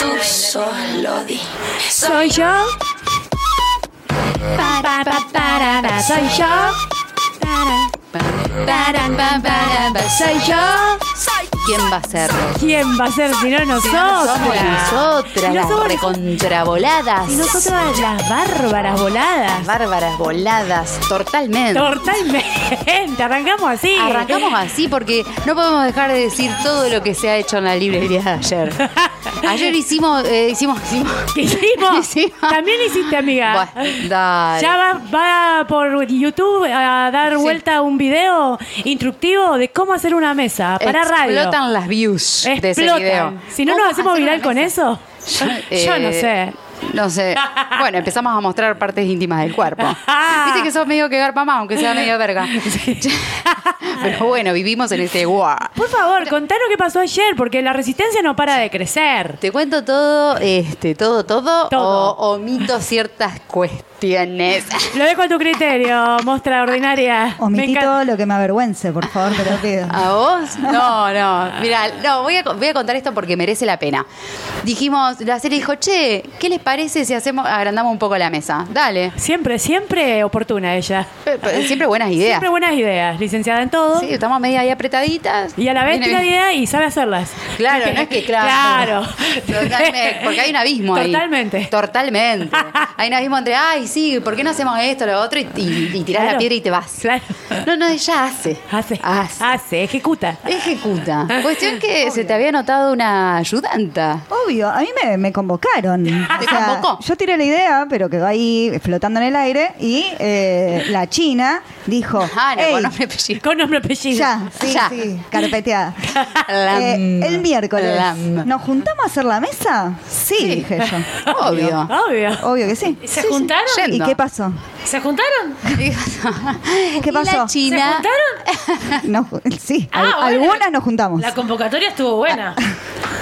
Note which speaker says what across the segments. Speaker 1: Tú solo di.
Speaker 2: Soy yo. Pa, pa, pa, para, pa, soy yo. Para, pa, para, pa, para, pa, soy yo.
Speaker 3: ¿Quién va a ser?
Speaker 2: ¿Quién va a ser si no
Speaker 3: Somos
Speaker 2: nosotras?
Speaker 3: nosotras,
Speaker 2: No
Speaker 3: las
Speaker 2: somos-
Speaker 3: recontravoladas.
Speaker 2: Y nosotras las bárbaras
Speaker 3: Las
Speaker 2: voladas.
Speaker 3: bárbaras voladas, totalmente.
Speaker 2: Totalmente, arrancamos así.
Speaker 3: Arrancamos así porque no podemos dejar de decir todo lo que se ha hecho en la librería de ayer. Ayer hicimos, eh, hicimos, hicimos.
Speaker 2: ¿Qué hicimos?
Speaker 3: Hicimos.
Speaker 2: También hiciste, amiga.
Speaker 3: Bueno, dale.
Speaker 2: Ya va, va por YouTube a dar
Speaker 3: Sí.
Speaker 2: vuelta un video instructivo de cómo hacer una mesa para radio.
Speaker 3: Explotan las views de ese
Speaker 2: Explotan.
Speaker 3: video.
Speaker 2: Si no
Speaker 3: ¿Cómo
Speaker 2: nos hacemos
Speaker 3: hacer una
Speaker 2: viral con
Speaker 3: mesa?
Speaker 2: eso, yo no
Speaker 3: Eh,
Speaker 2: sé.
Speaker 3: No sé. Bueno, empezamos a mostrar partes íntimas del cuerpo. Viste que sos medio que garpa más, aunque sea medio verga. Pero bueno, vivimos en este guau.
Speaker 2: Por favor, contanos qué pasó ayer, porque la resistencia no para de crecer.
Speaker 3: ¿Te cuento todo, este, todo, todo?
Speaker 2: Todo.
Speaker 3: O omito ciertas cuestiones.
Speaker 2: Lo dejo a tu criterio, mostra ordinaria. Me
Speaker 4: Omití
Speaker 2: encanta.
Speaker 4: todo lo que me avergüence, por favor, te lo pido.
Speaker 3: ¿A vos? No, no. Mira, no, voy a, voy a contar esto porque merece la pena. Dijimos, la serie dijo, che, ¿qué les parece si hacemos, agrandamos un poco la mesa? Dale.
Speaker 2: Siempre, siempre oportuna ella.
Speaker 3: Pe- pe- Siempre buenas ideas.
Speaker 2: Siempre buenas ideas, licenciada en todo.
Speaker 3: Sí, estamos media ahí apretaditas.
Speaker 2: Y a la vez
Speaker 3: Viene
Speaker 2: tiene
Speaker 3: bien.
Speaker 2: idea y sabe hacerlas.
Speaker 3: Claro, no es que claro.
Speaker 2: Claro.
Speaker 3: Totalmente, porque hay un abismo ahí.
Speaker 2: Totalmente.
Speaker 3: Totalmente. Hay un abismo entre, ay, sí, ¿por qué no hacemos esto, lo otro? Y, y, y tirás
Speaker 2: Claro.
Speaker 3: la piedra y te vas.
Speaker 2: Claro.
Speaker 3: No, no, ella hace.
Speaker 2: Hace, Ah. hace,
Speaker 3: Hace.
Speaker 2: ejecuta.
Speaker 3: Ejecuta. Cuestión que se te había notado una ayudanta.
Speaker 4: Obvio, a mí me, me convocaron. O
Speaker 3: ¿Te
Speaker 4: sea,
Speaker 3: convocó?
Speaker 4: Yo tiré la idea, pero quedó ahí flotando en el aire y eh, la china dijo,
Speaker 3: Ajá, Ah, no,
Speaker 4: "Ey,
Speaker 3: con nombre y apellido.
Speaker 2: Con nombre y apellido.
Speaker 4: ya, sí,
Speaker 3: Ya.
Speaker 4: sí, carpeteada.
Speaker 3: Lam.
Speaker 4: Eh, el miércoles,
Speaker 3: Lam.
Speaker 4: ¿nos juntamos a hacer la mesa? Sí,
Speaker 3: Sí.
Speaker 4: dije yo.
Speaker 3: Obvio.
Speaker 2: Obvio.
Speaker 4: Obvio que sí.
Speaker 2: ¿Y ¿Se juntaron?
Speaker 3: Yendo.
Speaker 4: ¿Y qué pasó?
Speaker 2: ¿Se juntaron?
Speaker 4: ¿Qué
Speaker 3: ¿Qué
Speaker 4: pasó?
Speaker 3: La
Speaker 2: ¿Se
Speaker 3: China.
Speaker 4: Eh.
Speaker 2: juntaron?
Speaker 4: No, sí,
Speaker 2: Ah,
Speaker 4: al-
Speaker 2: bueno.
Speaker 4: algunas nos juntamos.
Speaker 5: La convocatoria estuvo buena.
Speaker 4: Ah.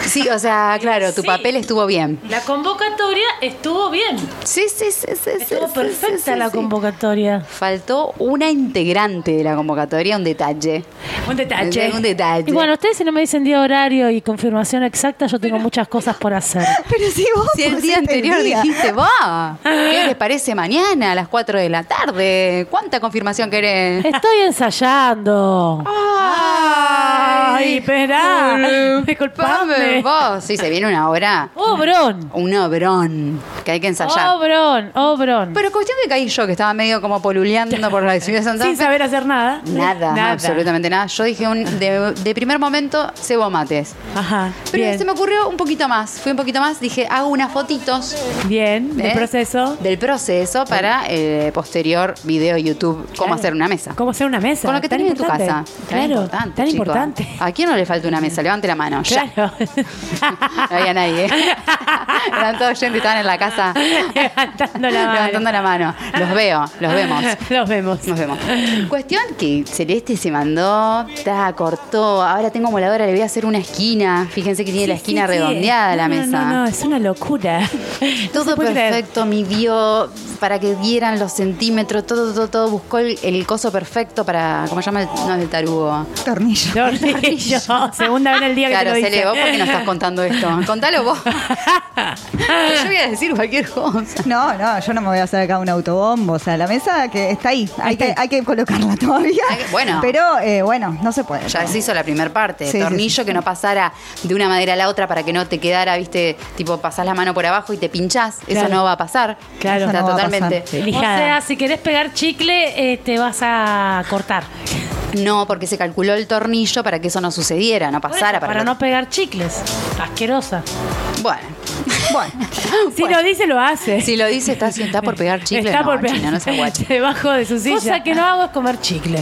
Speaker 3: Sí, o sea, claro, tu
Speaker 5: Sí.
Speaker 3: papel estuvo bien.
Speaker 5: La convocatoria estuvo bien.
Speaker 3: Sí, sí, sí, sí. sí,
Speaker 5: Estuvo
Speaker 3: sí,
Speaker 5: perfecta
Speaker 3: sí, sí,
Speaker 5: la
Speaker 3: sí.
Speaker 5: convocatoria.
Speaker 3: Faltó una integrante de la convocatoria, un detalle.
Speaker 2: Un detalle.
Speaker 3: Un detalle.
Speaker 5: Y bueno, ustedes si no me dicen día horario y confirmación exacta, yo tengo muchas cosas por hacer.
Speaker 4: Pero si vos
Speaker 3: si el
Speaker 4: pusiste
Speaker 3: día anterior
Speaker 4: el pues este día.
Speaker 3: dijiste, va, ¿qué les parece mañana a las 4 de la tarde? ¿Cuánta confirmación querés?
Speaker 5: Estoy ensayando.
Speaker 2: Ay, esperá. Disculpame.
Speaker 3: vos. Sí, se viene una hora,
Speaker 5: Oh, Obrón.
Speaker 3: un obrón, que hay que
Speaker 5: Oh,
Speaker 3: ensayar.
Speaker 2: Oh,
Speaker 5: Obrón, obrón.
Speaker 3: Pero cuestión que caí yo, que estaba medio como poluleando por la ciudad de Santa
Speaker 2: Sin
Speaker 3: Fe.
Speaker 2: saber hacer nada.
Speaker 3: Nada, absolutamente nada. Yo dije un- de, de primer momento, cebo mates.
Speaker 2: Ajá.
Speaker 3: Pero
Speaker 2: bien.
Speaker 3: se me ocurrió un poquito más. Fui un poquito más, dije, hago unas fotitos.
Speaker 2: Bien, de
Speaker 3: ¿eh?
Speaker 2: proceso.
Speaker 3: Del proceso para eh, posterior video YouTube, cómo
Speaker 2: Claro.
Speaker 3: hacer una mesa.
Speaker 2: Cómo hacer una mesa.
Speaker 3: Con lo que
Speaker 2: Tan
Speaker 3: tenés en tu casa.
Speaker 2: importante. Claro, tan
Speaker 3: chico.
Speaker 2: importante.
Speaker 3: ¿A quién no le falta una mesa? Levante la mano. Ya.
Speaker 2: Claro.
Speaker 3: No había nadie. ¿eh? Eran todos gente, estaban en la casa
Speaker 2: Levantando la mano.
Speaker 3: levantando la mano. Los veo, los vemos.
Speaker 2: Los vemos.
Speaker 3: Nos vemos. Cuestión que Celeste se mandó, ta, cortó. Ahora tengo moladora, le voy a hacer una esquina. Fíjense que tiene la
Speaker 2: Sí,
Speaker 3: esquina
Speaker 2: sí, sí.
Speaker 3: redondeada la
Speaker 2: No,
Speaker 3: mesa.
Speaker 2: No, no, no, es una locura. No se
Speaker 3: Todo
Speaker 2: puede creer.
Speaker 3: perfecto, midió para que dieran los centímetros, todo, todo, todo. Buscó el, el coso perfecto para. ¿Cómo se llama? el- No es el tarugo.
Speaker 4: Tornillo.
Speaker 2: Tornillo. Segunda vez en el día que
Speaker 3: Claro,
Speaker 2: te lo
Speaker 3: Cele,
Speaker 2: dice.
Speaker 3: vos por qué no estás contando esto. Contalo vos. Yo voy a decir cualquier cosa.
Speaker 4: No, no, yo no me voy a hacer acá un autobombo. O sea, la mesa que está ahí. Hay, que, hay que colocarla todavía.
Speaker 3: Hay que- bueno.
Speaker 4: Pero eh, bueno, no se puede.
Speaker 3: Ya se hizo la primera parte.
Speaker 4: Sí, sí,
Speaker 3: Tornillo
Speaker 4: sí.
Speaker 3: que no pasara de una madera a la otra para que no te quedara, viste, tipo pasás la mano por abajo y te pinchás. Eso
Speaker 2: Claro.
Speaker 3: no va a pasar.
Speaker 2: Claro.
Speaker 3: O sea,
Speaker 4: Eso no va a
Speaker 3: totalmente.
Speaker 4: pasar.
Speaker 5: o
Speaker 2: Lijada.
Speaker 5: sea, si querés pegar chicle, eh, te vas a cortar.
Speaker 3: No, porque se calculó el tornillo para que eso no sucediera, no
Speaker 5: Por
Speaker 3: pasara.
Speaker 5: eso, para
Speaker 3: que-
Speaker 5: no pegar chicles. Asquerosa.
Speaker 3: Bueno.
Speaker 4: Bueno,
Speaker 2: si lo dice, lo hace.
Speaker 3: Si lo dice, está, está por pegar chicle.
Speaker 2: Está
Speaker 3: no,
Speaker 2: por pegar
Speaker 3: China, no se guache.
Speaker 2: debajo de su silla.
Speaker 5: Cosa que no hago es comer chicle.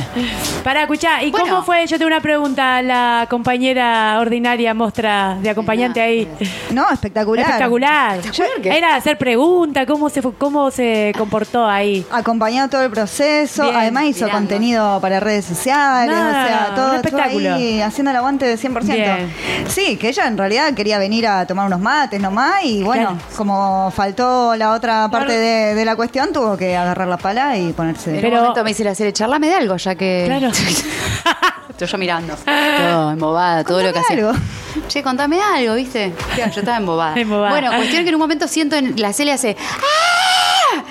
Speaker 2: Para escuchar, ¿y
Speaker 3: Bueno.
Speaker 2: cómo fue? Yo tengo una pregunta a la compañera ordinaria mostra de acompañante ahí.
Speaker 4: no, espectacular.
Speaker 2: Espectacular.
Speaker 3: Espectacular que-
Speaker 2: Era hacer preguntas, cómo se fu- cómo se comportó ahí.
Speaker 4: Acompañado todo el proceso,
Speaker 2: Bien,
Speaker 4: además hizo
Speaker 3: mirando.
Speaker 4: contenido para redes sociales,
Speaker 2: Nada,
Speaker 4: o sea, todo
Speaker 2: un
Speaker 4: estuvo
Speaker 2: espectáculo.
Speaker 4: ahí haciendo el aguante de 100%.
Speaker 2: Bien.
Speaker 4: Sí, que ella en realidad quería venir a tomar unos mates nomás y bueno,
Speaker 2: Claro.
Speaker 4: como faltó la otra parte de, de la cuestión, tuvo que agarrar la pala y ponerse...
Speaker 3: En un momento me dice la serie, charlame de algo, ya que.
Speaker 2: Claro.
Speaker 3: Estoy yo mirando. Todo embobada, todo lo que
Speaker 4: Contame
Speaker 3: hacía.
Speaker 4: algo.
Speaker 3: Che, contame algo, ¿viste? Claro, yo estaba embobada.
Speaker 6: Embobada.
Speaker 3: Bueno, cuestión que en un momento siento en la Celia hace. ¡Ah!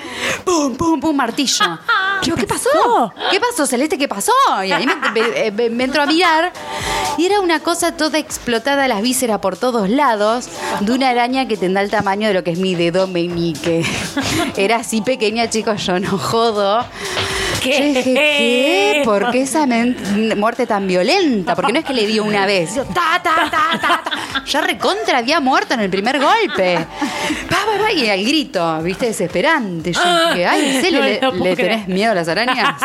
Speaker 3: ¡Pum, pum, pum! Martillo. Yo, ¿Qué pasó?
Speaker 6: pasó?
Speaker 3: ¿Qué pasó, Celeste? ¿Qué pasó? Y ahí me, eh, me- me- me entró a mirar y era una cosa toda explotada, las vísceras por todos lados, de una araña que tendrá el tamaño de lo que es mi dedo meñique. Era así pequeña, chicos, yo no jodo.
Speaker 6: ¿Qué?
Speaker 3: Yo dije, ¿qué? ¿Por qué esa men- muerte tan violenta? Porque no es que le dio una vez. Yo, ta, ta, ta, ta, ta. Ya recontra había muerto en el primer golpe. Pa, pa, pa, y al grito, viste, desesperante. Yo dije, ay, Cele,
Speaker 6: No
Speaker 3: le-
Speaker 6: lo puedo
Speaker 3: ¿le
Speaker 6: creer.
Speaker 3: tenés miedo a las arañas?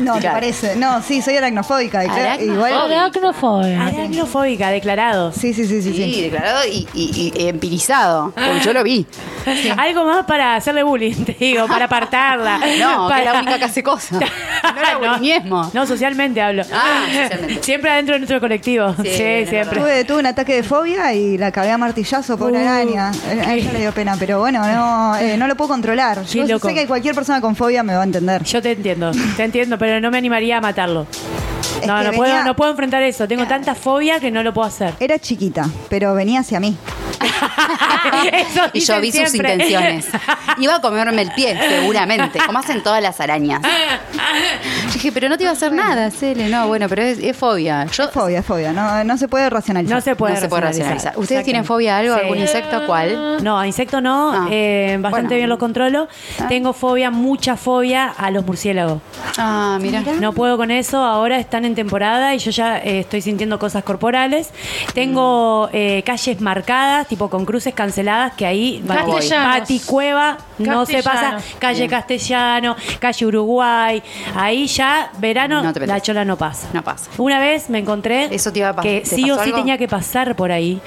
Speaker 4: No, te
Speaker 3: Claro.
Speaker 4: parece. No, sí, soy aracnofóbica. y claro, Igual.
Speaker 6: Aracnofobia.
Speaker 2: Aracnofóbica, declarado.
Speaker 4: Sí, sí, sí, sí.
Speaker 3: Sí,
Speaker 4: sí.
Speaker 3: declarado y, y- y empirizado. porque yo lo vi.
Speaker 2: Algo más para hacerle bullying, te digo, para apartarla.
Speaker 3: No, que
Speaker 2: para...
Speaker 3: es la única que hace cosas. No era bulinismo.
Speaker 2: no, socialmente hablo.
Speaker 3: Ah, socialmente.
Speaker 2: Siempre adentro de nuestro colectivo. Sí,
Speaker 3: Sí, bueno,
Speaker 2: siempre.
Speaker 4: Tuve, tuve un ataque de fobia y la cagué a martillazo por una
Speaker 2: Uh,
Speaker 4: araña. Eh, A ella le dio pena, pero bueno, no, eh, no lo puedo controlar.
Speaker 2: Qué
Speaker 4: Yo
Speaker 2: loco.
Speaker 4: sé que cualquier persona con fobia me va a entender.
Speaker 2: Yo te entiendo, te entiendo, pero no me animaría a matarlo. No,
Speaker 4: Es que
Speaker 2: no,
Speaker 4: venía-
Speaker 2: puedo, no puedo enfrentar eso. Tengo tanta fobia que no lo puedo hacer.
Speaker 4: Era chiquita, pero venía hacia mí.
Speaker 2: Eso
Speaker 3: Y
Speaker 2: dicen
Speaker 3: yo vi sus
Speaker 2: siempre.
Speaker 3: intenciones. Iba a comerme el pie, seguramente, como hacen todas las arañas. Yo dije, pero no te iba a hacer nada, Cele. No, bueno, pero es, es fobia. Yo
Speaker 4: Es fobia, es fobia. No, no se puede racionalizar.
Speaker 2: No se puede,
Speaker 3: no se puede racionalizar. ¿Ustedes tienen fobia a algo?
Speaker 2: Sí.
Speaker 3: ¿Algún insecto? ¿Cuál?
Speaker 2: No, a insectos no,
Speaker 3: Ah.
Speaker 2: eh, bastante
Speaker 3: Bueno.
Speaker 2: bien los controlo. Tengo fobia, mucha fobia a los murciélagos.
Speaker 3: Ah, mira.
Speaker 2: No puedo con eso, ahora están en temporada y yo ya eh, estoy sintiendo cosas corporales. Tengo eh, calles marcadas, tipo con cruces canceladas, que ahí
Speaker 6: Castellanos.
Speaker 2: Paticueva no se pasa,
Speaker 6: Castellanos.
Speaker 2: calle Castellano, calle Uruguay, ahí ya verano
Speaker 3: No te metas.
Speaker 2: la chola no pasa.
Speaker 3: No pasa.
Speaker 2: Una vez me encontré
Speaker 3: Eso te iba a pas-
Speaker 2: que
Speaker 3: ¿te
Speaker 2: sí o
Speaker 3: pasó
Speaker 2: sí
Speaker 3: algo?
Speaker 2: tenía que pasar por ahí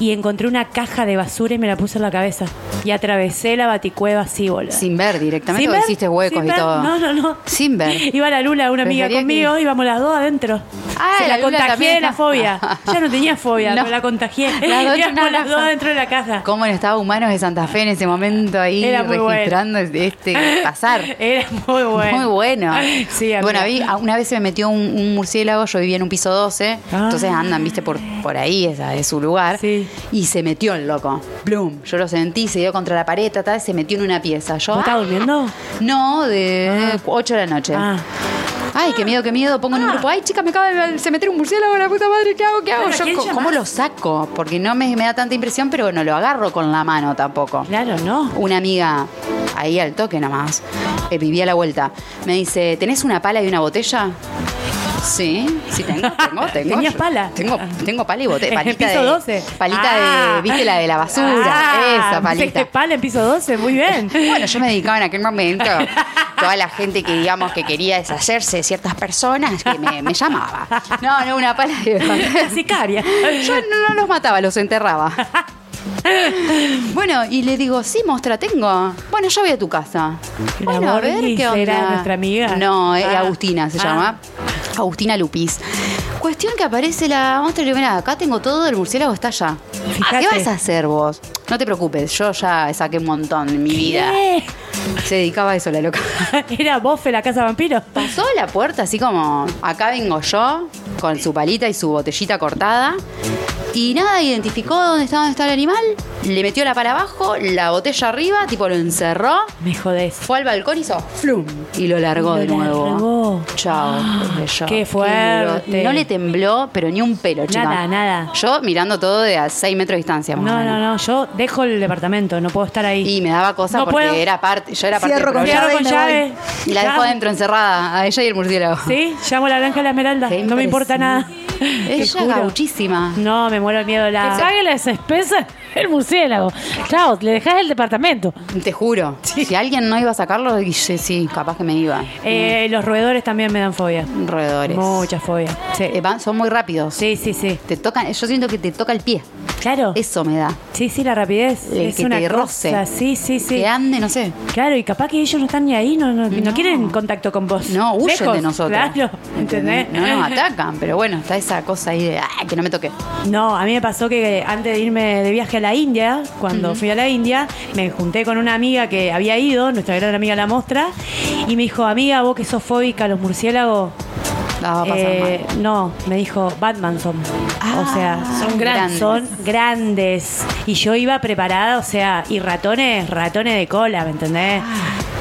Speaker 2: y encontré una caja de basura y me la puse en la cabeza y atravesé la baticueva así, boludo.
Speaker 3: Sin ver directamente,
Speaker 2: Sin
Speaker 3: o
Speaker 2: ver,
Speaker 3: hiciste huecos
Speaker 2: sin
Speaker 3: y
Speaker 2: ver.
Speaker 3: todo.
Speaker 2: No, no, no.
Speaker 3: Sin ver.
Speaker 2: Iba la Lula, una amiga
Speaker 3: Prefería
Speaker 2: conmigo,
Speaker 3: que-
Speaker 2: íbamos las dos adentro.
Speaker 3: Ah,
Speaker 2: Se la,
Speaker 3: la Lula
Speaker 2: contagié
Speaker 3: también
Speaker 2: de la
Speaker 3: está-
Speaker 2: fobia. Ya no tenía fobia,
Speaker 3: No.
Speaker 2: pero la contagié.
Speaker 3: Las dos en
Speaker 2: íbamos
Speaker 3: una
Speaker 2: las dos
Speaker 3: casa.
Speaker 2: adentro de la casa.
Speaker 3: Como en Estado Humanos de Santa Fe en ese momento ahí
Speaker 2: Era muy bueno.
Speaker 3: registrando este pasar.
Speaker 2: Era muy bueno.
Speaker 3: Muy bueno.
Speaker 2: Sí, amiga.
Speaker 3: bueno, vi- a- una vez se me metió un, un murciélago, yo vivía en un piso 12,
Speaker 2: Ah.
Speaker 3: entonces andan, viste, por, por ahí, esa es su lugar.
Speaker 2: Sí.
Speaker 3: Y se metió el loco. Bloom. Yo lo sentí, se dio contra la pared, ta, ta, se metió en una pieza. Yo,
Speaker 2: ¿Vos estás
Speaker 3: ah,
Speaker 2: durmiendo?
Speaker 3: No, de 8 de la noche.
Speaker 2: Ah.
Speaker 3: Ay, qué miedo, qué miedo. Pongo en un grupo. Ay, chica, me acaba de se meter un murciélago, la puta madre, ¿qué hago? ¿Qué hago?
Speaker 2: Bueno,
Speaker 3: Yo,
Speaker 2: ¿quién
Speaker 3: co-
Speaker 2: llamás?
Speaker 3: ¿Cómo lo saco? Porque no me, me da tanta impresión, pero no lo agarro con la mano tampoco
Speaker 2: Claro, no.
Speaker 3: una amiga ahí al toque nada más, eh, vivía a la vuelta, me dice, ¿tenés una pala y una botella? Sí, sí tengo, tengo, tengo.
Speaker 2: ¿Tenías pala?
Speaker 3: Tengo, tengo pala y botella.
Speaker 2: En el
Speaker 3: Palita
Speaker 2: piso
Speaker 3: de,
Speaker 2: 12.
Speaker 3: Palita
Speaker 2: Ah.
Speaker 3: de, viste, la de la basura,
Speaker 2: Ah,
Speaker 3: esa
Speaker 2: Dijiste
Speaker 3: palita.
Speaker 2: pala en piso 12, muy bien.
Speaker 3: Bueno, yo me dedicaba en aquel momento, toda la gente que digamos que quería deshacerse de ciertas personas que me, me llamaba. No, no, una pala de
Speaker 2: Sicaria.
Speaker 3: yo no, no los mataba, los enterraba. Bueno, y le digo, sí, mostra, tengo. Bueno, yo voy a tu casa.
Speaker 2: La
Speaker 3: Bueno, a ver
Speaker 2: Borghi
Speaker 3: qué onda.
Speaker 2: será nuestra amiga.
Speaker 3: No, eh,
Speaker 2: Ah.
Speaker 3: Agustina se
Speaker 2: Ah.
Speaker 3: llama. Agustina Lupis. Cuestión que aparece la mostra y le digo, mira, acá tengo todo, el murciélago está allá. "Ah, ¿Qué
Speaker 2: Fíjate.
Speaker 3: vas a hacer vos? No te preocupes, yo ya saqué un montón en mi vida. Se dedicaba a eso la loca.
Speaker 2: Era bofe la casa vampiro.
Speaker 3: Pasó la puerta así como, acá vengo yo, con su palita y su botellita cortada. Y nada, identificó dónde estaba dónde estaba el animal, le metió la pala abajo, la botella arriba, tipo lo encerró,
Speaker 2: Me jodés.
Speaker 3: fue al balcón y hizo flum y lo largó
Speaker 2: Y lo
Speaker 3: de nuevo.
Speaker 2: largó. Ah,
Speaker 3: Chao.
Speaker 2: qué fuerte.
Speaker 3: No le tembló, pero ni un pelo, chica.
Speaker 2: Nada, nada.
Speaker 3: Yo mirando todo de a 6 metros de distancia. más o
Speaker 2: No,
Speaker 3: menos.
Speaker 2: no, no, yo dejo el departamento, no puedo estar ahí.
Speaker 3: Y me daba cosa
Speaker 2: No
Speaker 3: porque
Speaker 2: puedo.
Speaker 3: era parte, yo era parte
Speaker 4: Cierro
Speaker 3: del
Speaker 4: con
Speaker 3: problema.
Speaker 2: Cierro con
Speaker 4: llave y
Speaker 2: llave.
Speaker 3: Y la dejó
Speaker 2: Llamo.
Speaker 3: adentro encerrada, a ella y el murciélago.
Speaker 2: Sí, llamo a la granja de la esmeralda,
Speaker 3: Qué
Speaker 2: no me importa nada. Te
Speaker 3: Ella
Speaker 2: juro.
Speaker 3: gauchísima.
Speaker 2: No, me muero de miedo
Speaker 6: Que
Speaker 2: la...
Speaker 6: pague las expensas el murciélago. Chao, le dejás el departamento.
Speaker 3: Te juro. Si alguien no iba a sacarlo, dije, sí, capaz que me iba. Mm.
Speaker 2: Eh, los roedores también me dan fobia.
Speaker 3: Roedores.
Speaker 2: Mucha fobia. Sí,
Speaker 3: Eh, van- son muy rápidos.
Speaker 2: sí, Oh. sí. sí.
Speaker 3: Te tocan, yo siento que te toca el pie.
Speaker 2: Claro.
Speaker 3: Eso me da.
Speaker 2: Sí, sí, la rapidez.
Speaker 3: El
Speaker 2: es
Speaker 3: que
Speaker 2: una
Speaker 3: te roce.
Speaker 2: cosa. Sí, sí, sí.
Speaker 3: Que ande, no sé.
Speaker 2: Claro, y capaz que ellos no están ni ahí, no, no, no quieren contacto con vos.
Speaker 3: No, huyen
Speaker 2: Lejos,
Speaker 3: de nosotros.
Speaker 2: Claro, ¿entendés?
Speaker 3: No nos atacan, pero bueno, está esa cosa ahí de "Ay, que no me toque.
Speaker 2: No, a mí me pasó que antes de irme de viaje a la India, cuando fui a la India, me junté con una amiga que había ido, nuestra gran amiga La Mostra, y me dijo, amiga, vos que sos fóbica a los murciélagos,
Speaker 3: Las Ah, va a pasar
Speaker 2: Eh, no, me dijo Batman son. o sea,
Speaker 3: Ah,
Speaker 6: son grandes.
Speaker 2: Son grandes. Y yo iba preparada, o sea, y ratones, ratones de cola, ¿me entendés?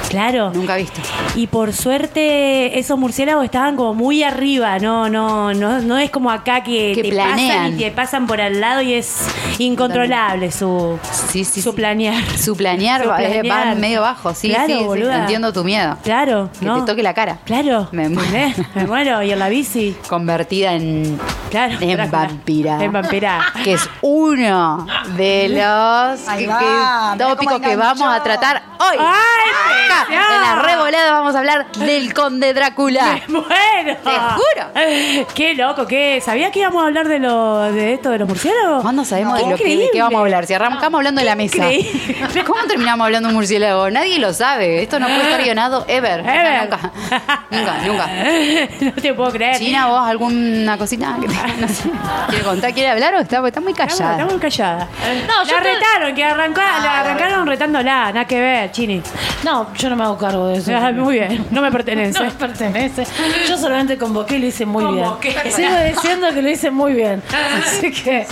Speaker 2: Claro.
Speaker 3: Ah. Nunca visto.
Speaker 2: Y por suerte esos murciélagos estaban como muy arriba, no, no, no, no es como acá que,
Speaker 3: Que
Speaker 2: te
Speaker 3: planean.
Speaker 2: pasan y te pasan por al lado y es incontrolable su,
Speaker 3: Sí, sí,
Speaker 2: su
Speaker 3: sí.
Speaker 2: planear.
Speaker 3: Su planear,
Speaker 2: Su
Speaker 3: va- eh,
Speaker 2: planear.
Speaker 3: va medio bajo, sí,
Speaker 2: Claro,
Speaker 3: sí, sí,
Speaker 2: boluda.
Speaker 3: entiendo tu miedo.
Speaker 2: Claro,
Speaker 3: Que
Speaker 2: no.
Speaker 3: te toque la cara.
Speaker 2: Claro.
Speaker 3: Me muero.
Speaker 2: ¿Entendés? Me muero. Y en la bici.
Speaker 3: Convertida en,
Speaker 2: Claro.
Speaker 3: en
Speaker 2: Drácula.
Speaker 3: vampira.
Speaker 2: En vampira.
Speaker 3: Que es uno de los
Speaker 4: Ahí
Speaker 3: que-
Speaker 4: va,
Speaker 3: que-
Speaker 4: mirá cómo
Speaker 3: tópicos que
Speaker 4: enganchó.
Speaker 3: vamos a tratar hoy.
Speaker 2: ¡Ay,
Speaker 3: Acá,
Speaker 2: precioso!
Speaker 3: en la revolada vamos a hablar del conde Drácula.
Speaker 2: Bueno.
Speaker 3: Te juro.
Speaker 2: Qué loco, qué. ¿Sabías que íbamos a hablar de lo de esto de los murciélagos?
Speaker 3: ¿Cuándo sabemos de, lo que, de
Speaker 2: Increíble.
Speaker 3: qué vamos a hablar? Si arrancamos hablando de la mesa.
Speaker 2: Increíble.
Speaker 3: ¿Cómo terminamos hablando de un murciélago? Nadie lo sabe. Esto no puede estar guionado ever. O sea,
Speaker 2: Ever.
Speaker 3: Nunca. Nunca, nunca.
Speaker 2: no te puedo creer.
Speaker 3: China, vos alguna cosita que te- no sé. ¿Quiere contar? ¿Quiere hablar o está, está muy
Speaker 2: Estamos,
Speaker 3: callada?
Speaker 2: estamos calladas.
Speaker 6: No, yo
Speaker 2: la
Speaker 6: te-
Speaker 2: retaron, que arrancó, la arrancaron retándola, nada que ver, Chini.
Speaker 6: No, yo no me hago cargo de eso.
Speaker 2: Ah, Muy bien, no me
Speaker 6: No
Speaker 2: pertenece.
Speaker 6: me pertenece. Yo solamente convoqué y lo hice muy
Speaker 2: Convoqué.
Speaker 6: bien. Sigo diciendo que lo hice muy bien. Así que. eh,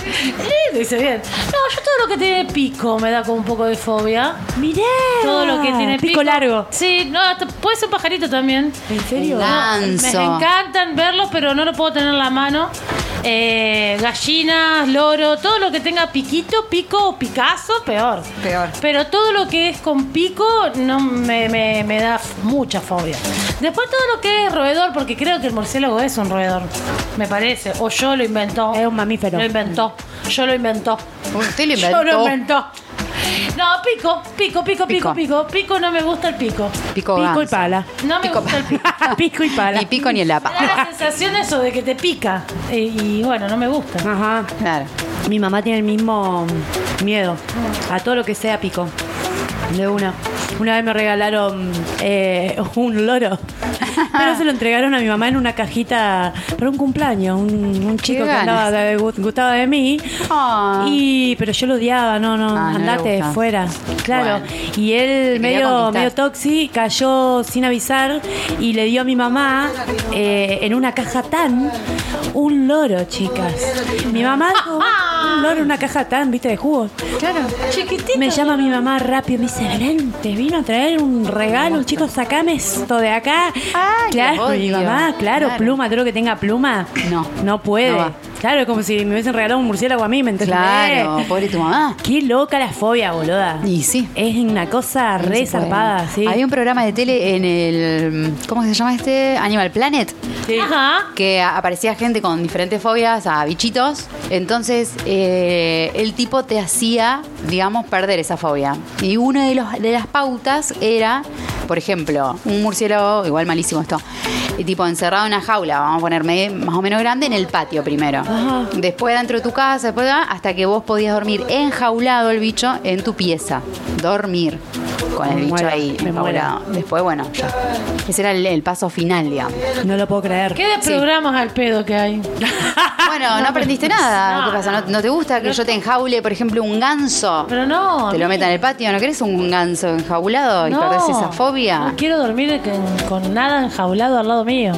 Speaker 6: lo hice bien. No, yo todo lo que tiene pico me da como un poco de fobia.
Speaker 2: Mirá.
Speaker 6: Todo lo que tiene
Speaker 2: Ah, pico.
Speaker 6: pico.
Speaker 2: largo.
Speaker 6: Sí, no, hasta puede ser un pajarito también.
Speaker 2: ¿En serio?
Speaker 6: Me
Speaker 3: Lanzo.
Speaker 6: encantan verlos, pero no lo puedo tener en la mano. Eh, gallinas, loro, todo lo que tenga piquito, pico o picazo, peor.
Speaker 4: Peor.
Speaker 6: Pero todo lo que es con pico no me, me- me da f- mucha fobia. Después todo lo que es roedor, porque creo que el murciélago es un roedor, me parece. O yo lo inventó.
Speaker 2: Es un mamífero.
Speaker 6: Lo inventó. Yo lo inventó.
Speaker 3: Usted lo
Speaker 6: Yo lo
Speaker 3: inventó.
Speaker 6: inventó. No, pico, pico, pico,
Speaker 3: Pico.
Speaker 6: pico, pico. Pico no me gusta el pico.
Speaker 3: Pico
Speaker 2: Pico y
Speaker 3: ganso.
Speaker 2: pala.
Speaker 6: No me gusta el pico.
Speaker 2: Pico y pala.
Speaker 3: Ni pico ni el
Speaker 6: Me da la
Speaker 3: apa.
Speaker 6: sensación eso de que te pica. Eh, Y, bueno, no me gusta.
Speaker 2: Ajá.
Speaker 3: Claro.
Speaker 2: Mi mamá tiene el mismo miedo a todo lo que sea pico. De una. Una vez me regalaron eh, un loro. Pero se lo entregaron a mi mamá en una cajita para un cumpleaños. Un, un chico que
Speaker 3: ganas.
Speaker 2: andaba de- gustaba de mí.
Speaker 3: Ah.
Speaker 2: Y, pero yo lo odiaba, no, no,
Speaker 3: Ah, no le
Speaker 2: andate
Speaker 3: gusta.
Speaker 2: fuera. Claro.
Speaker 3: Bueno.
Speaker 2: Y él
Speaker 3: Te quería
Speaker 2: medio,
Speaker 3: conquistar.
Speaker 2: medio toxi cayó sin avisar y le dio a mi mamá eh, en una caja tan un loro, chicas. Mi mamá dijo, un loro en una caja tan, viste, de jugo.
Speaker 3: Claro.
Speaker 6: Chiquitito.
Speaker 2: Me llama mi mamá rápido, me dice, Belén, te vino a traer un regalo, chicos, sacame esto de acá.
Speaker 3: Ay,
Speaker 2: claro,
Speaker 3: qué
Speaker 2: mi
Speaker 3: odio.
Speaker 2: mamá, claro,
Speaker 3: Claro.
Speaker 2: pluma, todo lo que tenga pluma.
Speaker 3: No.
Speaker 2: No puede.
Speaker 3: No va.
Speaker 2: Claro, es como si me hubiesen regalado un murciélago a mí, ¿me entendés?
Speaker 3: Claro. Pobre tu mamá.
Speaker 2: Qué loca la fobia, boluda.
Speaker 3: Y sí.
Speaker 2: Es una cosa
Speaker 3: No
Speaker 2: re
Speaker 3: se puede.
Speaker 2: zarpada, sí.
Speaker 3: Había un programa de tele en el. ¿Cómo se llama este? Animal Planet.
Speaker 2: Sí.
Speaker 6: Ajá.
Speaker 3: que a- aparecía gente con diferentes fobias a bichitos. Entonces, eh, el tipo te hacía, digamos, perder esa fobia. Y una de, los, de las pautas era, por ejemplo, un murciélago, igual malísimo esto, y tipo encerrado en una jaula, vamos a ponerme más o menos grande, en el patio primero. Después dentro de tu casa, después ah, hasta que vos podías dormir enjaulado el bicho en tu pieza. Dormir con el
Speaker 2: Me
Speaker 3: bicho
Speaker 2: muero,
Speaker 3: ahí,
Speaker 2: me muero.
Speaker 3: enjaulado. Después, bueno, ya. Ese era el, el paso final, digamos.
Speaker 2: No lo puedo creer.
Speaker 6: ¿Qué de
Speaker 3: Sí.
Speaker 6: programas al pedo que hay?
Speaker 3: Bueno, no aprendiste nada. ¿Qué pasa? ¿No, no te gusta que yo te enjaule, por ejemplo, un ganso?
Speaker 6: Pero no.
Speaker 3: Te lo meta en el patio. ¿No querés un ganso enjaulado y
Speaker 6: no.
Speaker 3: perdés esa fobia?
Speaker 6: No quiero dormir con, con nada enjaulado al lado mío.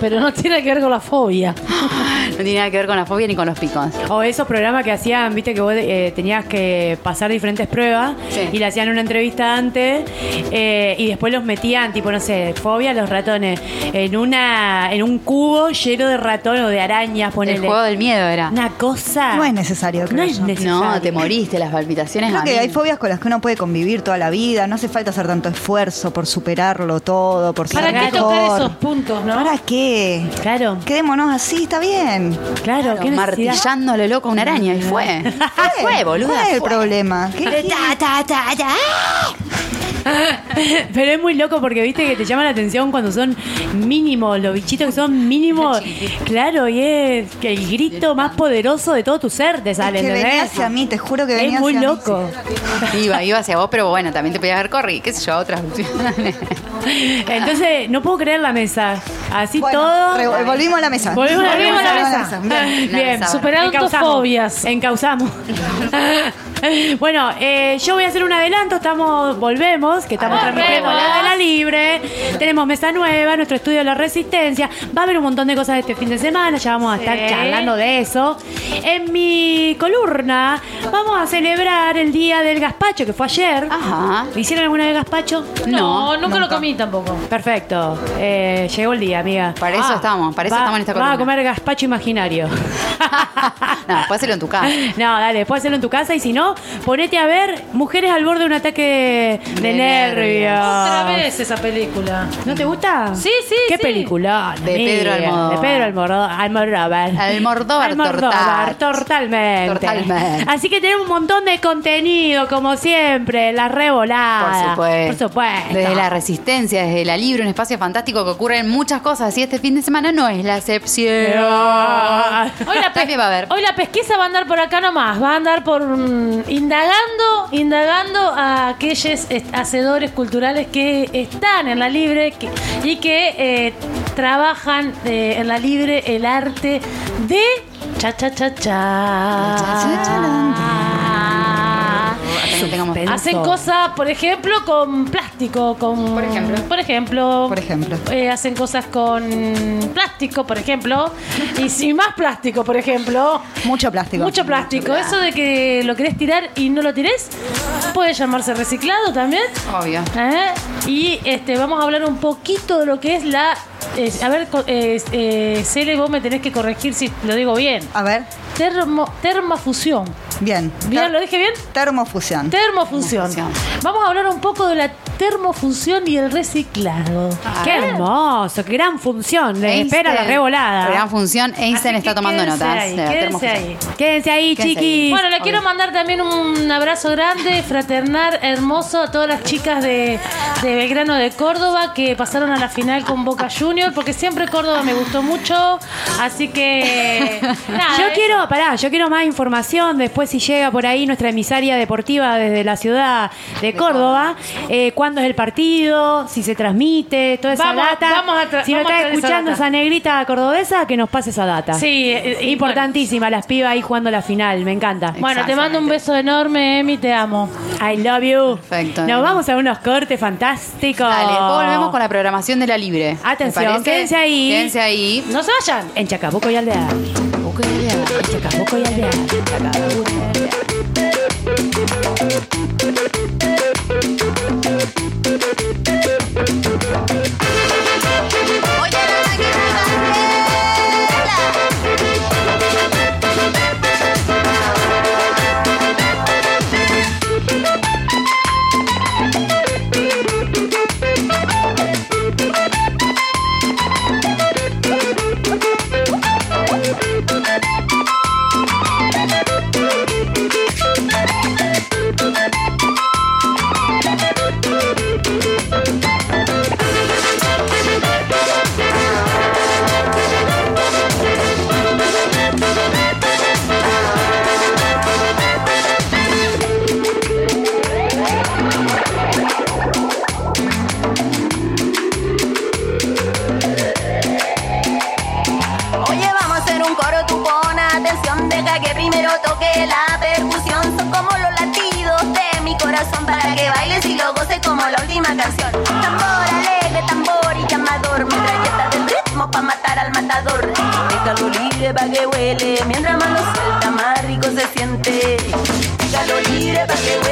Speaker 6: Pero no tiene que ver con la fobia.
Speaker 3: No tiene nada que ver con la fobia ni con los picos.
Speaker 2: O esos programas que hacían, viste, que vos eh, tenías que pasar diferentes pruebas
Speaker 3: Sí.
Speaker 2: y le hacían una entrevista antes eh, y después los metían, tipo, no sé, fobia a los ratones, en una en un cubo lleno de ratones o de arañas,
Speaker 3: El
Speaker 2: ponele.
Speaker 3: juego del miedo era.
Speaker 2: Una cosa.
Speaker 4: No es necesario, creo
Speaker 2: Ah. No es
Speaker 4: yo.
Speaker 2: necesario.
Speaker 3: No, te moriste, las palpitaciones.
Speaker 4: Creo
Speaker 3: a
Speaker 4: que
Speaker 3: mí.
Speaker 4: hay fobias con las que uno puede convivir toda la vida, no hace falta hacer tanto esfuerzo por superarlo todo, por ser
Speaker 6: ¿Para qué tocar
Speaker 4: mejor.
Speaker 6: esos puntos, no?
Speaker 4: ¿Para qué?
Speaker 2: Claro,
Speaker 4: Quedémonos así, está bien.
Speaker 2: claro, qué necesidad.
Speaker 3: Martillándole loco a una araña y fue. Fue, boluda.
Speaker 4: ¿Cuál es el
Speaker 3: fue.
Speaker 4: problema? ¿Qué-
Speaker 1: Ta, ta, ta, ta.
Speaker 2: Pero es muy loco porque viste que te llama la atención cuando son mínimos, los bichitos que son mínimos. Claro, y es que el grito más poderoso de todo tu ser te
Speaker 4: Es
Speaker 2: sale,
Speaker 4: que
Speaker 2: ¿entendés?
Speaker 4: venía hacia mí, te juro que venía
Speaker 2: Es muy
Speaker 4: hacia mí.
Speaker 2: loco.
Speaker 3: Iba, iba hacia vos, pero bueno, también te podías haber corrido. ¿Qué sé yo? Otras opciones.
Speaker 2: Entonces, no puedo creer la mesa. Así
Speaker 4: Bueno,
Speaker 2: todo.
Speaker 4: re- volvimos a la mesa.
Speaker 2: Volvemos a la
Speaker 6: Volvimos a la
Speaker 2: mesa.
Speaker 4: mesa.
Speaker 2: Bien,
Speaker 3: Bien,
Speaker 6: superar
Speaker 2: Encauzamos.
Speaker 6: autofobias.
Speaker 2: Encauzamos. bueno, eh, yo voy a hacer un adelanto. Estamos, volvemos, que estamos
Speaker 6: Volvemos.
Speaker 2: transmitiendo la gala libre. Tenemos mesa nueva, nuestro estudio de la resistencia. Va a haber un montón de cosas este fin de semana. Ya vamos a estar
Speaker 6: Sí.
Speaker 2: charlando de eso. En mi columna vamos a celebrar el día del gazpacho, que fue ayer.
Speaker 3: Ajá.
Speaker 2: ¿Hicieron alguna vez gazpacho?
Speaker 6: No, nunca, lo comí tampoco.
Speaker 2: Perfecto. Eh, llegó el día, amiga. Ah,
Speaker 3: Para eso estamos, para eso
Speaker 2: va-
Speaker 3: estamos en esta
Speaker 2: Vas a
Speaker 3: columna.
Speaker 2: comer gazpacho imaginario.
Speaker 3: No, después hacelo en tu casa.
Speaker 2: No, dale, después hacerlo en tu casa y si no, ponete a ver Mujeres al borde de un ataque de,
Speaker 3: De
Speaker 2: nervios.
Speaker 3: nervios.
Speaker 6: Otra vez esa película.
Speaker 2: ¿No te gusta?
Speaker 6: Sí, sí,
Speaker 2: ¿Qué
Speaker 6: sí.
Speaker 2: película?
Speaker 3: De Pedro Almodóvar.
Speaker 2: De Pedro Almodóvar. Almodóvar.
Speaker 3: Almodóvar,
Speaker 2: Almodóvar,
Speaker 3: Tortach.
Speaker 2: totalmente.
Speaker 3: Totalmente.
Speaker 2: Así que tenemos un montón de contenido, como siempre, la revolada.
Speaker 3: Por supuesto.
Speaker 2: Ah, Por supuesto.
Speaker 3: Desde la resistencia, desde la libre, un espacio fantástico que ocurren muchas cosas. Y este fin de semana no es la
Speaker 2: Ah.
Speaker 3: excepción.
Speaker 6: Hoy la,
Speaker 3: También va a haber.
Speaker 6: pes- hoy la pesquisa va a andar por acá nomás, va a andar por mm, indagando, indagando a aquellos est- hacedores culturales que están en la libre que- y que eh, trabajan eh, en la libre el arte de cha cha cha cha.
Speaker 3: Hasta que no tengamos-
Speaker 2: Suspenso.
Speaker 6: Hacen cosas, por ejemplo, con plástico, con
Speaker 3: Por ejemplo.
Speaker 6: por ejemplo,
Speaker 4: Por ejemplo.
Speaker 6: eh, hacen cosas con plástico, por ejemplo, y sin más plástico, por ejemplo.
Speaker 4: Mucho plástico.
Speaker 6: Mucho plástico. Eso de que lo querés tirar y no lo tirés, puede llamarse reciclado también.
Speaker 3: Obvio.
Speaker 6: ¿Eh? Y este, vamos a hablar un poquito de lo que es la. eh, a ver, co- eh, eh, Cele, vos me tenés que corregir si lo digo bien.
Speaker 4: A ver,
Speaker 6: Termo, termafusión.
Speaker 4: bien.
Speaker 6: ¿Bien?
Speaker 4: Ter-
Speaker 6: ¿Lo dije bien?
Speaker 4: Termofusión.
Speaker 6: Termofunción.
Speaker 3: Termofunción.
Speaker 6: Vamos a hablar un poco de la termofunción y el reciclado.
Speaker 2: Qué
Speaker 6: ¿eh?
Speaker 2: hermoso, qué gran función. Les
Speaker 6: Este,
Speaker 3: Einstein,
Speaker 2: espera la revolada.
Speaker 3: Gran función. Einstein
Speaker 6: Así
Speaker 3: está
Speaker 6: que
Speaker 3: tomando
Speaker 6: quédense
Speaker 3: notas.
Speaker 6: ahí,
Speaker 3: de la
Speaker 6: quédense
Speaker 3: termofusión.
Speaker 6: ahí.
Speaker 2: Quédense ahí,
Speaker 3: Quédense
Speaker 2: chiquis.
Speaker 3: ahí.
Speaker 6: Bueno, le quiero mandar también un abrazo grande, fraternal, hermoso a todas las chicas de, de Belgrano de Córdoba que pasaron a la final con Boca Junior, porque siempre Córdoba me gustó mucho. Así que. nada,
Speaker 2: Yo
Speaker 6: eh.
Speaker 2: quiero, pará, yo quiero más información. Después, si llega por ahí nuestra emisaria deportiva desde la ciudad de Córdoba, eh, cuándo es el partido, si se transmite, toda esa
Speaker 6: Vamos a-
Speaker 2: data.
Speaker 6: vamos a tra-
Speaker 2: si no
Speaker 6: vamos a
Speaker 2: estás
Speaker 6: traer esa
Speaker 2: escuchando
Speaker 6: data.
Speaker 2: esa, negrita cordobesa, que nos pase esa data.
Speaker 6: Sí, eh, eh,
Speaker 2: Importantísima, las pibas ahí jugando la final, me encanta.
Speaker 6: Bueno, te mando un beso enorme, Emi, te amo.
Speaker 2: I love you.
Speaker 3: Perfecto.
Speaker 2: Nos vamos a unos cortes fantásticos.
Speaker 3: Dale, después volvemos con la programación de la libre. ¿Te
Speaker 2: Atención,
Speaker 3: parece?
Speaker 2: quédense ahí.
Speaker 3: Quédense ahí.
Speaker 6: No se vayan.
Speaker 2: En Chacabuco y Aldea.
Speaker 3: Ok, ya.
Speaker 2: En Chacabuco y Aldea. Chacabuco y Aldea.
Speaker 1: Oye, la máquina
Speaker 7: Oye, vamos a hacer un coro, tú pon atención, deja que primero toque la percusión. Son como los latidos de mi corazón para que bailes y lo goces como la última canción. Tambor alegre, tambor y llamador, metralleta del ritmo pa' matar al matador. Déjalo libre pa' que huele, mientras más lo suelta, más rico se siente. Déjalo libre pa' que huele.